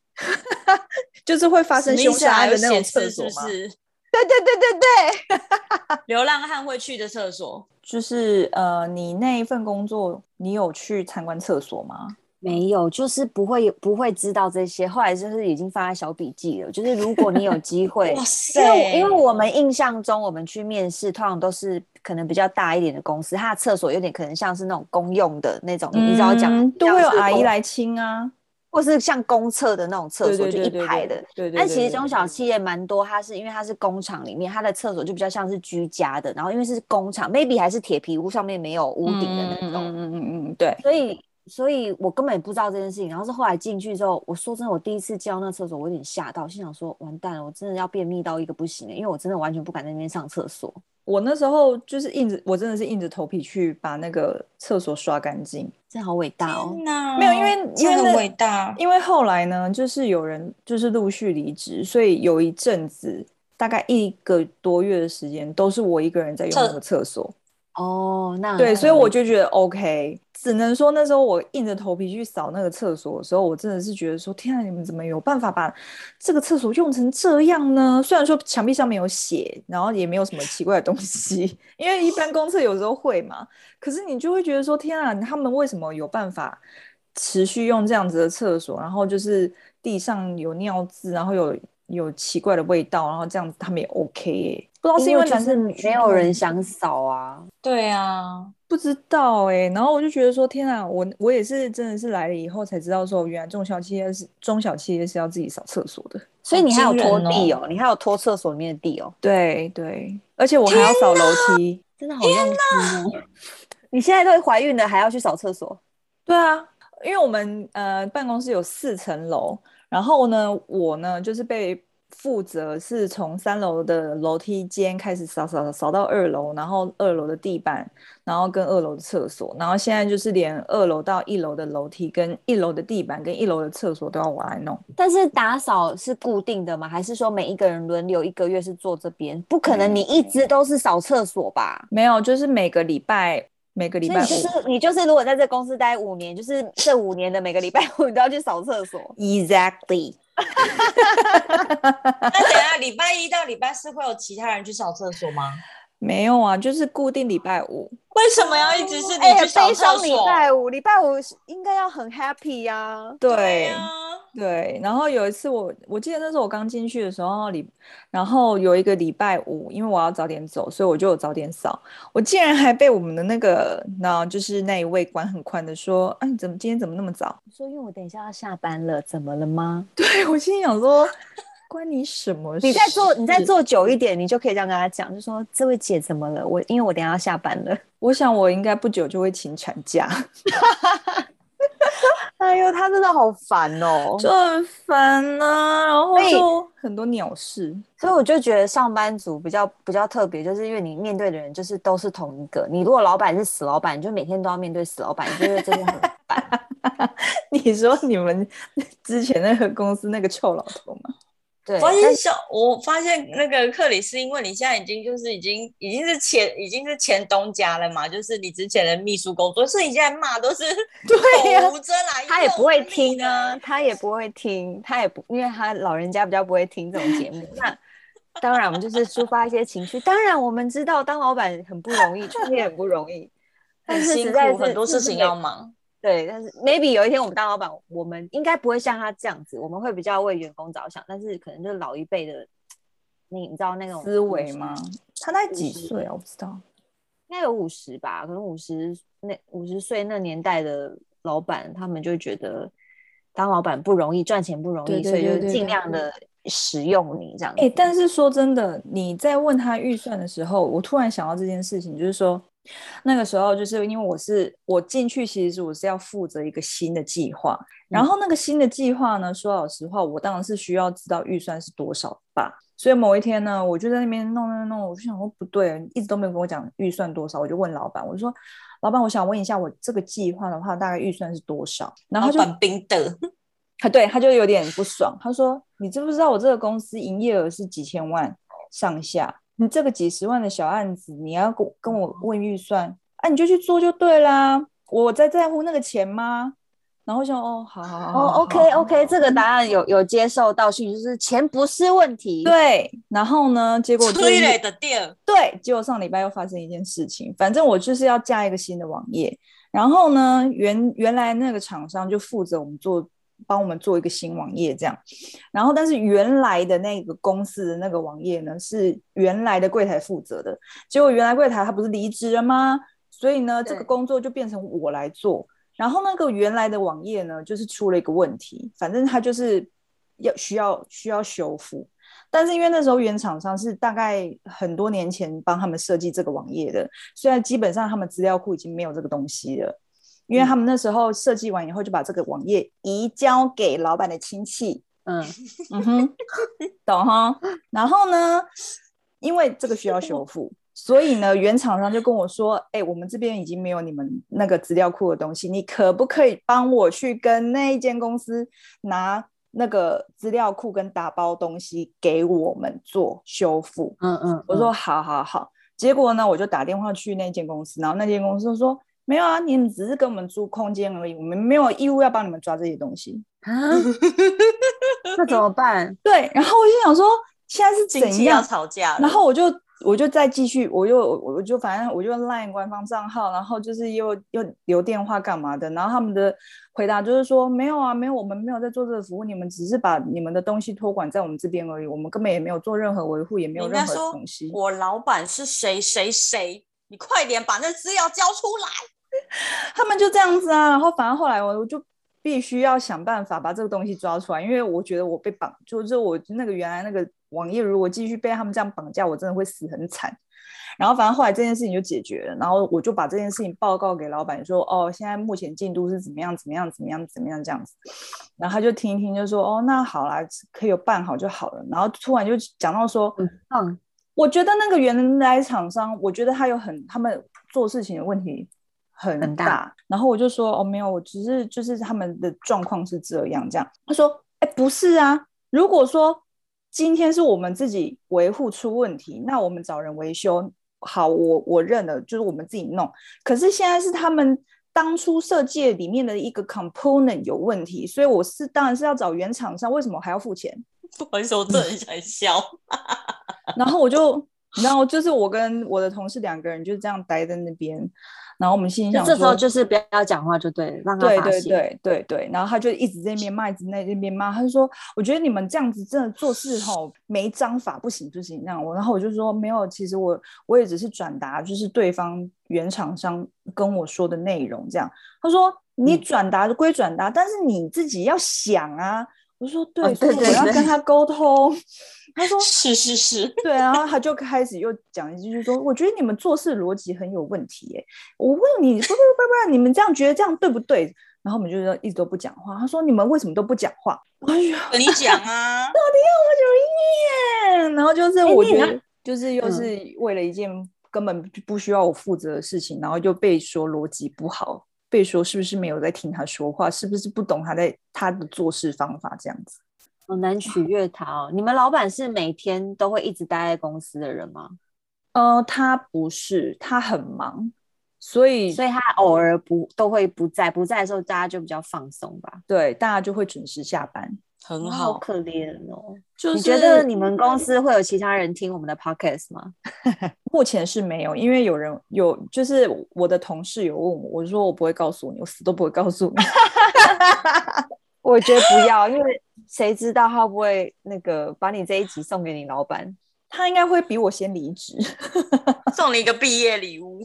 就是会发
什
生
么意
凶
思啊
杀案的
有
那种
显
厕
示
所
是
吗？
不是？
对对对对对，
流浪汉会去的厕所，
就是呃，你那一份工作，你有去参观厕所吗？
没有，就是不会不会知道这些。后来就是已经放在小笔记了，就是如果你有机会，
哇
因
塞！
为因为我们印象中，我们去面试通常都是可能比较大一点的公司，它嗯的厕所有点可能像是那种公用的那种，你知道讲，
嗯都会有
像是
阿姨
公，
来清啊。
或是像公厕的那种厕
对
所，
对
就
对
一
对对
排的。
对对对。
但其
对
实中小企业蛮多，它是因为它是工厂里面，它的厕所就比较像是居家的，然后因为是工厂，maybe 还是铁皮屋，上面没有屋顶的
嗯
那种，
嗯嗯嗯嗯，对，
所以所以我根本也不知道这件事情。然后是后来进去之后，我说真的，我第一次进到那厕所，我有点吓到，心想说完蛋了，我真的要便秘到一个不行了，因为我真的完全不敢在那边上厕所。
我那时候就是硬着，我真的是硬着头皮去把那个厕所刷干净。
真的好伟大
嗯
哦！
那
没有因为因为
真的
那
伟大，
因为后来呢，就是有人就是陆续离职，所以有一阵子大概一个多月的时间，都是我一个人在用
厕
那个厕所。
哦，那
对，所以我
就
就觉得 OK，只能说那时候我硬着头皮去扫那个厕所的时候，我真的是觉得说，天啊，你们怎么有办法把这个厕所用成这样呢？虽然说墙壁上面有写，然后也没有什么奇怪的东西， 因为一般公厕有时候会嘛，可是你就会觉得说，天啊，他们为什么有办法持续用这样子的厕所？然后就是地上有尿渍，然后有有奇怪的味道，然后这样子他们也 OK 耶、不知道是因为男生
没有人想扫啊，
对啊，
不知道哎、然后我就觉得说，天啊，我我也是真的是来了以后才知道说，原来中小企业是中小企业是要自己扫厕所的。
所以你还有拖
好惊
地
人
哦，你还有拖厕所里面的地哦，
对对，而且我还要扫楼梯。
真的好用心哦。 你现在都怀孕了，还要去扫厕所？
对啊，因为我们呃办公室有四层楼，然后呢，我呢就是被负责是从三楼的楼梯间开始扫扫扫扫到二楼，然后二楼的地板，然后跟二楼的厕所，然后现在就是连二楼到一楼的楼梯跟一楼的地板跟一楼的厕所都要我来弄。
但是打扫是固定的吗？还是说每一个人轮流一个月是坐这边？不可能，你一直都是扫厕所吧？
没有，就是每个礼拜每个礼
所以
拜
你
五
就是你就是，如果在这公司待五年，就是这五年的每个礼拜五 你都要去扫厕所。
，exactly，
那等一下礼拜一到礼拜四会有其他人去扫厕所吗？
没有啊，就是固定礼拜五。
为什么要一直是你
哎
去扫
悲伤
厕
礼
所？
拜五，礼拜五应该要很 happy 呀、啊。
对
对
啊，
对，然后有一次我我记得那时候我刚进去的时候礼，然后有一个礼拜五，因为我要早点走，所以我就有早点扫。我竟然还被我们的那个，那就是那一位管很宽的说，啊，你怎么今天怎么那么早？
我说，因为我等一下要下班了，怎么了吗？
对我心里想说，关你什么事？
你再坐，你再坐久一点，你就可以这样跟他讲，就说这位姐怎么了？我因为我等一下要下班了。
我想我应该不久就会请产假。
哎呦，他真的好烦哦。
就很烦啊，然后
所以
就很多鸟事。
所以我就觉得上班族比较比较特别，就是因为你面对的人就是都是同一个。你如果老板是死老板，你就每天都要面对死老板，你就会真的 很烦。
你说你们之前那个公司那个臭老头吗？
对，
发
但
现
是
小，我发现那个克里斯，因为你现在已经就是已经已经是前已经是前东家了嘛，就是你之前的秘书工作，所以你现在骂都是
对呀
口无遮拦，
啊他也不会听啊
呢。，
他也不会听，他也不，因为他老人家比较不会听这种节目。那当然，我们就是抒发一些情绪。当然，我们知道当老板很不容易，创业很不容易， 但
很
是
辛
实在
苦，
是
很多
是不
事
是
情
得
要忙。
对，但是 maybe 有一天我们当老板，我们应该不会像他这样子，我们会比较为员工着想，但是可能就是老一辈的，你你知道那种
思维
吗？
吗？他才几岁啊？我不知道。
应该有五十吧，可能五十那五十岁那年代的老板，他们就觉得当老板不容易，赚钱不容
对
易，
对
所
对
以就
对
尽
对
量的使用你这样子。哦
哎、但是说真的，你在问他预算的时候，我突然想到这件事情，就是说那个时候，就是因为我是我进去，其实我是要负责一个新的计划，然
嗯
后那个新的计划呢，说老实话，我当然是需要知道预算是多少吧。所以某一天呢，我就在那边弄弄弄，我就想说不对，一直都没有跟我讲预算多少，我就问老板，我就说老板，我想问一下，我这个计划的话，大概预算是多少？然后
老
他就
板冰的，
他对他就有点不爽，他说：“你知不知道我这个公司营业额是几千万上下？你这个几十万的小案子，你要跟我跟我问预算，啊，你就去做就对啦，我在在乎那个钱吗？”然后我想哦，好好好，
哦
好
，OK OK，这个答案有有接受到讯，就是钱不是问题。，
对。然后呢，结果就是
催泪的店，
对，结果上礼拜又发生一件事情，反正我就是要架一个新的网页，然后呢，原原来那个厂商就负责我们做，帮我们做一个新网页这样，然后但是原来的那个公司的那个网页呢，是原来的柜台负责的，结果原来柜台他不是离职了吗？所以呢，这
对
个工作就变成我来做，然后那个原来的网页呢，就是出了一个问题，反正它就是要需要需要修复。但是因为那时候原厂商是大概很多年前帮他们设计这个网页的，虽然基本上他们资料库已经没有这个东西了，因为他们那时候设计完以后就把这个网页移交给老板的亲戚。
嗯，
嗯哼，懂哈。然后呢，因为这个需要修复，所以呢，原厂商就跟我说：“哎、我们这边已经没有你们那个资料库的东西，你可不可以帮我去跟那一间公司拿那个资料库跟打包东西给我们做修复？”
嗯嗯，
我说好好好。结果呢，我就打电话去那间公司，然后那间公司就说没有啊，你们只是跟我们租空间而已，我们没有义务要帮你们抓这些东西。
啊， 那怎么办？
对，然后我就想说现在是
近
怎
期要
样？
吵架了，
然后我就我就再继续，我就我就反正我就 LINE 官方账号，然后就是又又留电话干嘛的，然后他们的回答就是说没有啊，没有，我们没有在做这个服务，你们只是把你们的东西托管在我们这边而已，我们根本也没有做任何维护，也没有
人
任
家
何
说
东西。
我老板是谁谁谁，你快点把那资料交出来。
他们就这样子啊，然后反正后来我就必须要想办法把这个东西抓出来，因为我觉得我被绑，就是我那个原来那个网页，如果继续被他们这样绑架，我真的会死很惨。然后反正后来这件事情就解决了，然后我就把这件事情报告给老板说，哦，现在目前进度是怎么样，怎么样，怎么样，怎么样这样子。然后他就听一听，就说，哦，那好啦，可以有办好就好了。然后突然就讲到说，
嗯，
我觉得那个原来厂商，我觉得他有很他们做事情的问题很
很大
然后我就说哦没有，我只是就是他们的状况是这样这样。他说哎不是啊，如果说今天是我们自己维护出问题，那我们找人维修，好我我认了，就是我们自己弄。可是现在是他们当初设计里面的一个 component 有问题，所以我是当然是要找原厂商，为什么还要付钱？
不好意思，我真的很想笑。
然后我就，然后就是我跟我的同事两个人就这样待在那边，然后我们心里
就
想
这时候
说，
就是不要讲话就对了，让他
对
发
对
泄，
对对对，然后他就一直在那边骂，一直在那边骂，他就说，我觉得你们这样子真的做事吼没章法，不行不行那样。我然后我就说没有，其实我我也只是转达就是对方原厂商跟我说的内容这样。他说你
嗯
转达归转达，但是你自己要想啊。我说对，
哦对
所以
对
我要
对
跟他沟通。他 说
是 是是，
对，然后他就开始又讲一句，就是说，我觉得你们做事逻辑很有问题、耶。我问你，不不不不，你们这样觉得这样对不对？然后我们就说一直都不讲话。他说你们为什么都不讲话？我就觉得
你 讲啊，
我就耶，然后就是
哎
我
你
觉
那嗯
得就是又是为了一件根本就不需要我负责的事情，然后就被说逻辑不好，被说是不是没有在听他说话，是不是不懂他在他的做事方法这样子。
好难取悦他哦。你们老板是每天都会一直待在公司的人吗？
呃，他不是，他很忙，所以
所以他偶尔不都会不在，不在的时候大家就比较放松吧。
对大家就会准时下班。
很
哇
好。
可怜哦。
就是
你觉得你们公司会有其他人听我们的 podcast 吗？
目前是没有，因为有人有，就是我的同事有问我，我说我不会告诉你，我死都不会告诉你。
我觉得不要，因为谁知道他会不会那个把你这一集送给你老板？
他应该会比我先离职。
送你一个毕业礼物，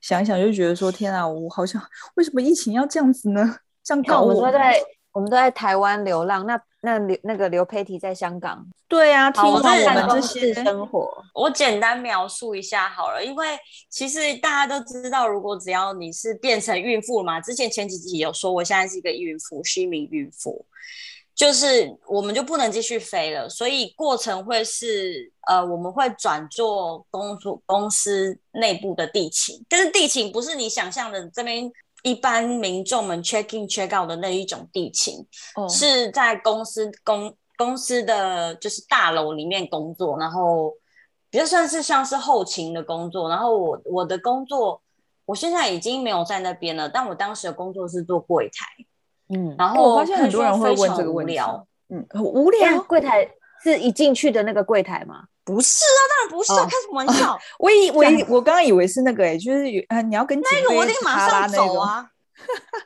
想一想就觉得说，天啊，我好想，为什么疫情要这样子呢？这
哎
样
你看
搞
我们
我
都在我们都在台湾流浪，那那刘那个刘佩提在香港，
对啊，听
好
完
我
好
们
我
办
们这
公
些
室，生活，
我简单描述一下好了，因为其实大家都知道，如果只要你是变成孕妇了嘛，之前前几集有说，我现在是一个孕妇，是一名孕妇，就是我们就不能继续飞了，所以过程会是呃，我们会转做公主公司内部的地勤，但是地勤不是你想象的这边一般民众们 check in check out 的那一种地勤，
哦
是在公司公公司的就是大楼里面工作，然后比较算是像是后勤的工作。然后我我的工作，我现在已经没有在那边了，但我当时的工作是做柜台，
嗯，
然
哎
后
我发现很多人会问这个问
无
题
聊，，哎
嗯，很无
但
聊。
柜台是一进去的那个柜台吗？
不是啊，当然不是啊，
哦
开什么玩笑？
我以我以我刚刚以为是那个、欸，就是有啊，你要跟
那个我得
警卫
马
哈拉
上
那
走
种，
啊。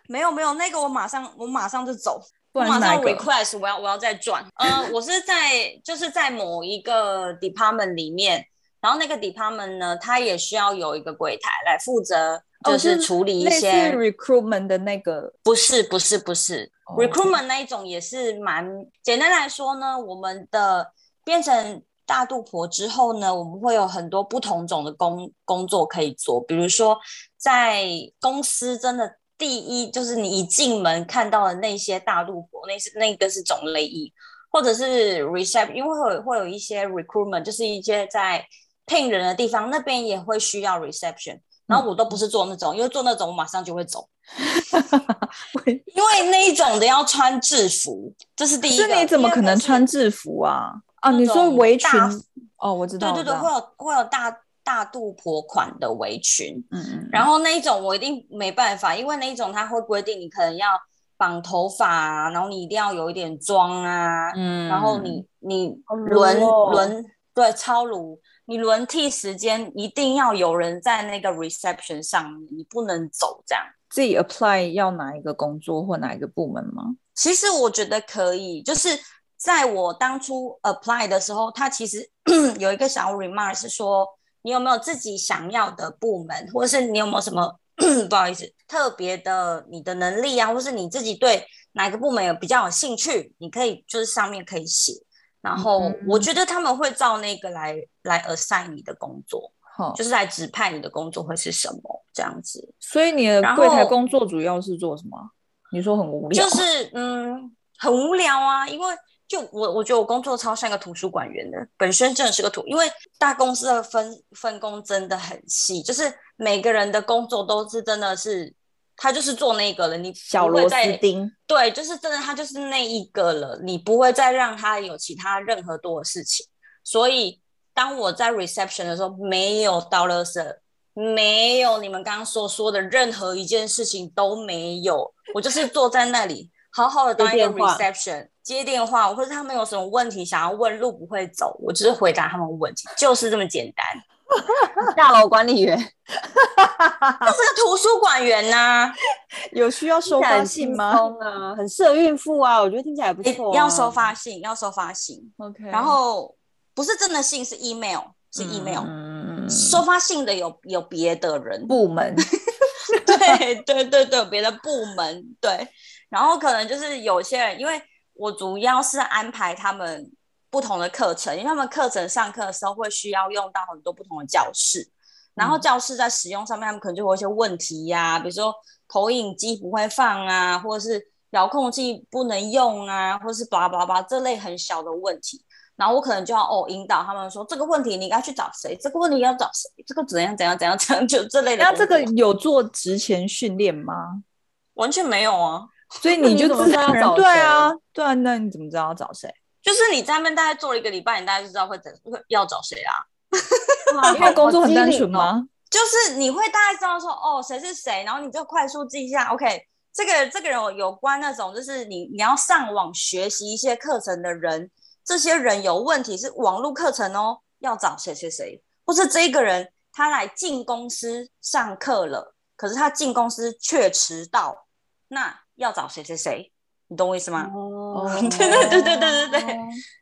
没有没有，那个我马上我马上就走，
不然
我
是
马
哪
上
一个？
request 我要我要再转。呃，我是在就是在某一个 department 里面，然后那个 department 呢，它也需要有一个柜台来负责就
哦
是
是
处理一
类似
些
recruitment 的那个
不是不是不是、
哦
recruitment 那一种也是蛮简单来说呢，我们的变成大肚婆之后呢，我们会有很多不同种的工工作可以做，比如说在公司真的。第一就是你一进门看到的那些大肚婆，那是那个是种类一，或者是 recep，因为会有会有一些 recruitment，就是一些在聘人的地方，那边也会需要 reception。然
嗯
后我都不是做那种，因为做那种我马上就会走。 因为那一种的要穿制服，这是第一个。
是你怎么可能穿
制？
制服啊？啊，
那
你说
种
围裙
大？
哦，我知道，
对对对，
我知
会
道
有会有大大肚婆款的围裙，
嗯嗯，
然后那一种我一定没办法，因为那一种它会规定你可能要绑头发、啊，然后你一定要有一点妆啊，
嗯
然后你你
好撸
轮
哦
轮对超卢，你轮替时间一定要有人在那个 reception 上面，你不能走这样。
自己 apply 要哪一个工作或哪一个部门吗？
其实我觉得可以，就是在我当初 apply 的时候，他其实 有一个小 remark 是说，你有没有自己想要的部门，或是你有没有什么 不好意思特别的你的能力啊，或是你自己对哪个部门有比较有兴趣，你可以就是上面可以写。然后
嗯
我觉得他们会照那个来来 assign 你的工作，
好，
就是来指派你的工作会是什么这样子。
所以你的
然
柜台
后
工作主要是做什么？你说很无聊，
就是嗯，很无聊啊，因为就我我觉得我工作超像个图书馆员的，本身真的是个图，因为大公司的分分工真的很细，就是每个人的工作都是真的是。他就是做那个了，你
小
不会
螺丝
再
钉。
对，就是真的，他就是那一个了，你不会再让他有其他任何多的事情。所以，当我在 reception 的时候，没有倒垃圾，没有你们刚刚所说的任何一件事情都没有，我就是坐在那里好好的当一
接
个
电话
reception，接电话，或者他们有什么问题想要问，路不会走，我就是回答他们问题，就是这么简单。
大楼管理员，
这是个图书馆员呐、
有需要收
听起来
发
很
信
轻
吗
松啊，很适合孕妇啊，我觉得听起来还不错、
哎
啊
要收，发信，要收发信，
？OK，
然后不是真的信，是 email，是 email。
嗯
收发信的有有别的人，
部门
对对对对，有别的部门对，然后可能就是有些人，因为我主要是安排他们不同的课程，因为他们课程上课的时候会需要用到很多不同的教室，然
嗯
后教室在使用上面，他们可能就会有一些问题呀、比如说投影机不会放啊，或者是遥控器不能用啊，或者是叭叭叭这类很小的问题。然后我可能就要哦引导他们说这个问题你应该去找谁，这个问题要找谁，这个怎样怎样怎 样怎样，就这类的
那
工作。
这个有做职前训练吗？
完全没有啊，
所以
那
你
你
就
怎么
自
知道
然
要找
对
谁
啊，对啊，那你怎么知道要找谁？
就是你在那边大概做了一个礼拜，你大概就知道会怎会要找谁啊。
因为工作很单纯
嘛。
吗？
就是你会大概知道说哦谁是谁，然后你就快速记一下。OK，这个这个人有有关那种就是你你要上网学习一些课程的人，这些人有问题是网络课程哦，要找谁谁谁，或是这一个人他来进公司上课了，可是他进公司却迟到，那要找谁谁谁，你懂我意思吗？
哦，
对
对对对对对对。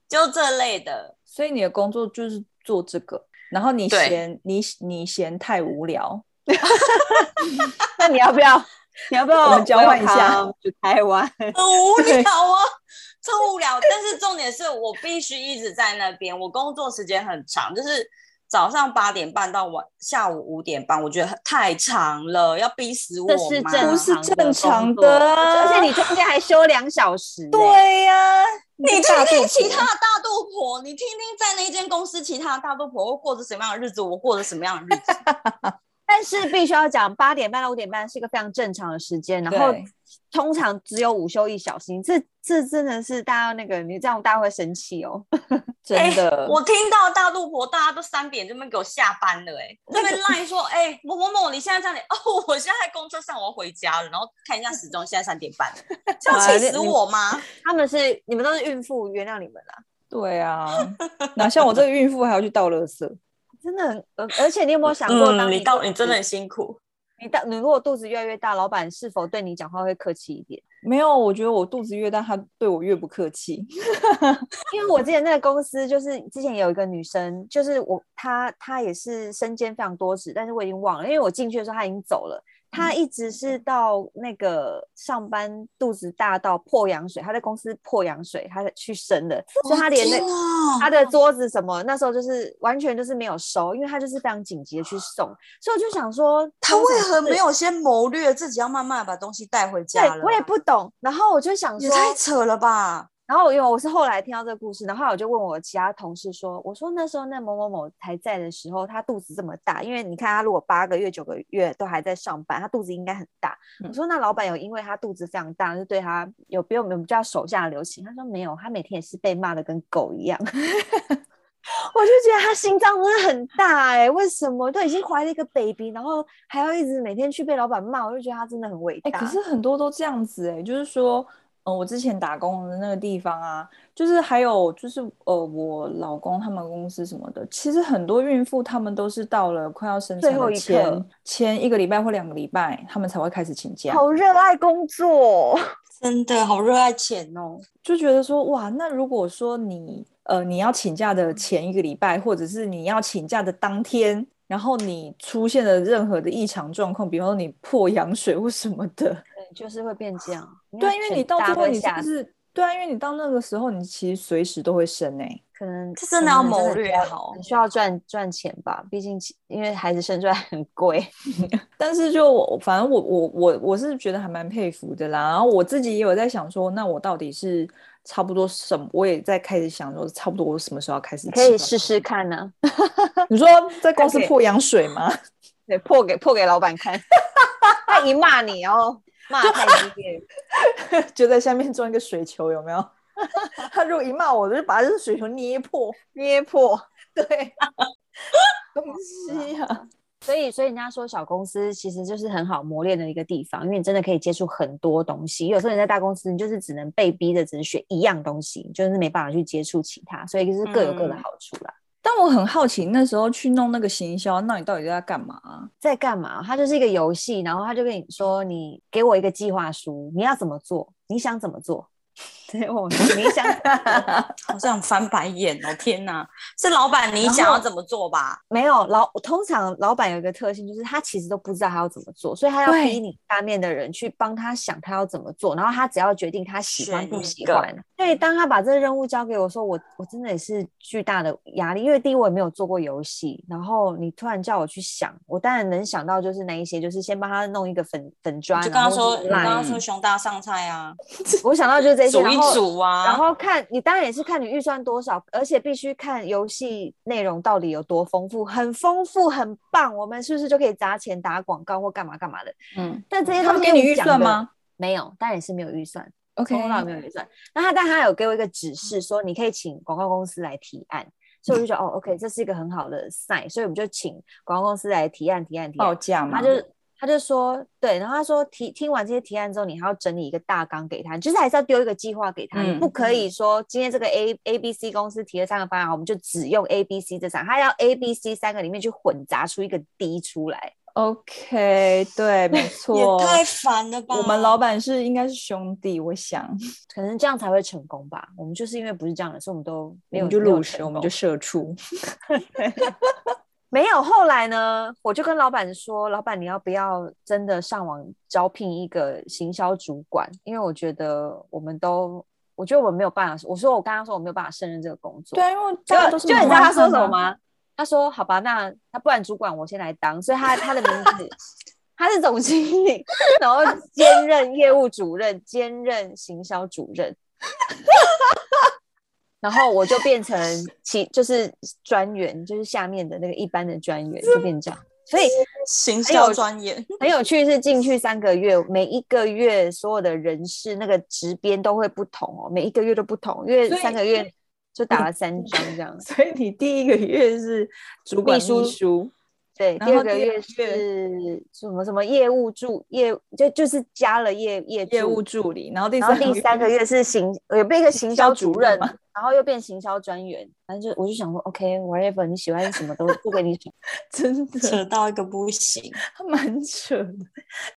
就这类的，
所以你的工作就是做这个，然后你
对
嫌你你嫌太无聊，
那你要不要？你要不要
我们交换一下
welcome to 台湾？
很无 聊啊，超无聊。但是重点是我必须一直在那边，我工作时间很长，就是早上八点半到晚下午五点半，我觉得很太长了，要逼死我
这是
吗？
正
不是正常
常的工作
的啊
而且你中间还休两小时、欸。
呀、你
你
这
听
大肚
听其
婆
他的大肚婆，你听听在那间公司其他的大肚婆会过着什么样的日子，我过着什么样的日子。
但是必须要讲，八点半到五点半是一个非常正常的时间，然后
对
通常只有午休一小时。你这这真的是大家那个，你这样大家会生气哦。
真的，
哎我听到大肚婆大家都三点这边给我下班了、哎，这边赖说，哎、某某某，你现在在哪里？哦，我现在在公车上，我要回家了，然后看一下时钟，现在三点半了，这样气死我吗？
他们是你们都是孕妇，原谅你们啦，
对啊，哪像我这个孕妇还要去倒垃圾？
真的很。呃而且你有没有想过，当嗯
到
肚
嗯你
子
真的很辛苦，
你到你如果肚子越来越大，老板是否对你讲话会客气一点？
没有，我觉得我肚子越大，他对我越不客气。
因为我之前那个公司，就是之前有一个女生，就是我她她也是身兼非常多职，但是我已经忘了，因为我进去的时候她已经走了。他
嗯
一直是到那个上班肚子大到破羊水，他在公司破羊水，他去生的，所以他连那
天啊
他的桌子什么那时候就是完全就是没有收，因为他就是非常紧急的去送，所以我就想说
他为何没
有？
有先谋略自己要慢慢把东西带回
对
家了？啊
我也不懂，然后我就想
也
说，
太扯了吧！
然后因为我是后来听到这个故事，然后我就问我其他同事说，我说那时候那某某某还在的时候，他肚子这么大，因为你看他如果八个月、九个月都还在上班，他肚子应该很大。
嗯
我说那老板有因为他肚子非常大，就对他有比我们比较手下留情？他说没有，他每天也是被骂的跟狗一样。我 就觉得他心脏真的很大哎、为什么都已经怀了一个 baby，然后还要一直每天去被老板骂，我就觉得他真的很伟
哎、
大。
可是很多都这样子哎、就是说，嗯，我之前打工的那个地方啊，就是还有就是呃，我老公他们公司什么的，其实很多孕妇她们都是到了快要生
最
产
后
的
一刻
前前一个礼拜或两个礼拜，她们才会开始请假，
好热爱工作，
真的好热爱钱哦。
就觉得说哇，那如果说你呃你要请假的前一个礼拜，或者是你要请假的当天。然后你出现了任何的异常状况，比方说你破羊水或什么的，
对，就是会变这样。
对，因为
全
你到
大
最
家
后
会
你就
吓死
是对啊，因为你到那个时候，你其实随时都会生哎、
可能
这真
可
的要
能
谋
很需
略哦啊
要
好
很需要赚赚钱吧，毕竟其因为孩子生出来很贵。
但是就我反正我我我我是觉得还蛮佩服的啦。然后我自己也有在想说，那我到底是差不多什么？我也在开始想说，差不多我什么时候要开始？
你可以试。试看呢、
你说在公司
可以
破羊水吗？
对，破给破给老板看， 他一骂你，然后骂得太激烈，
就在下面装一个水球，有没有？ 他如果一骂我，我就把这个水球 捏破。
捏破。
对， 东西啊，
所以，所以人家说小公司其实就是很好磨练的一个地方，因为你真的可以接触很多东西。有时候你在大公司，你就是只能被逼的，只能学一样东西，就是没办法去接触其他，所以就是各有各的
嗯
好处啦。
但我很好奇，那时候去弄那个行销，那你到底在干嘛啊、
在干嘛？它就是一个游戏，然后他就跟你说：“你给我一个计划书，你要怎么做？你想怎么做？” 对，我说你想 怎么做
好像翻白眼哦！天哪，是老板你想要怎么做吧？
没有老，通常老板有一个特性，就是他其实都不知道他要怎么做，所以他要
对
逼你下面的人去帮他想他要怎么做，然后他只要决定他喜欢
选
不
一
喜
个
欢。对，当他把这个任务交给我说，我我真的也是巨大的压力，因为第一我也没有做过游戏，然后你突然叫我去想，我当然能想到就是那一些，就是先帮他弄一个粉粉砖，
就
然
刚刚
后
说，你刚
赖
刚说熊大上菜啊，
我想到就是这些，
煮一
然后
煮啊，
然后看你当然也是看你预算多少，而且必须看游戏内容到底有多丰富，很丰富，很棒，我们是不是就可以砸钱打广告或干嘛干嘛的？
嗯，
但这些
他们
东西
给你
用
预
讲
算
的
吗？
没有，当然也是没有预算，
？OK，
从头到尾没有预算。那他但他有给我一个指示，说你可以请广告公司来提案，所以我就觉得哦，OK，这是一个很好的 sign，所以我们就请广告公司来提案提案提案
报。价嘛，
他就他就说对，然后他说提听完这些提案之后，你还要整理一个大纲给他，就是还是要丢一个计划给他，
嗯
你不可以说今天这个 A A B C 公司提了三个方案，我们就只用 A B C 这三个，他要 A B C 三个里面去混杂出一个 D 出来。
OK，对， 没错。
也太烦了吧！
我们老板是应该是兄弟，我想，
可能这样才会成功吧。我们就是因为不是这样的，所以我们都
我
没有
们就
没有
入实，
成
我们
功
就社畜。
没有。后来呢，我就跟老板说，老板你要不要真的上网招聘一个行销主管？因为我觉得我们都，我觉得我没有办法。我说我刚刚说我没有办法胜任这个工作。
对啊，因为
就
大家都是
就你知
忙
道他
完
说
饭
什么
啊？
吗？他说：“好吧，那那不然主管我先来当。”所以他他的名字他是总经理，然后兼任业务主任，兼任行销主任。然后我就变成其就是专员，就是下面的那个一般的专员，就变这样。所以
行
哎
销
呦
专业，
很有趣，是进去三个月，每一个月所有的人事那个职编都会不同哦，每一个月都不同，因为
所以
三个月就打了三张这样。
所以你第一个月是主管
秘书
书，
对，
然
第二
后第
个
二
月
月
是什么什么业务助业，就就是加了业业
业
助
务，助理，然后第
然后
三
第三个月是行，有变一个行销
销
主
主任
任
嘛，
然后又变行销专员，反正就我就想说，OK，whatever，、你喜欢什么都不给你选。
真的
扯到一个不行。
蛮扯的。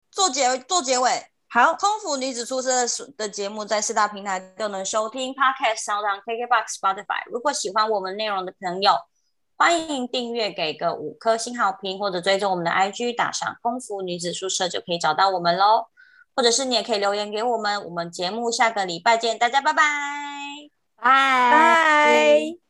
做结做结尾，
好，
空腹女子宿舍的节目在四大平台都能收听，Podcast、Sound、KKBox、Spotify。如果喜欢我们内容的朋友，欢迎订阅，给个五颗星好评，或者追踪我们的 IG，打上“空服女子宿舍”就可以找到我们喽。或者是你也可以留言给我们，我们节目下个礼拜见，大家拜拜，
拜。